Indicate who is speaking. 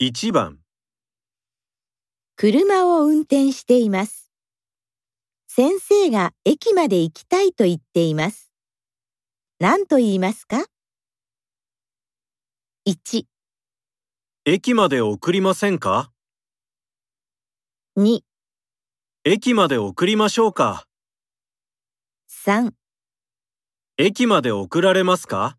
Speaker 1: 1番、
Speaker 2: 車を運転しています。先生が駅まで行きたいと言っています。何と言いますか ?1、
Speaker 1: 駅まで送りませんか
Speaker 2: 2、
Speaker 1: 駅まで送りましょうか
Speaker 2: 3
Speaker 1: 駅まで送られますか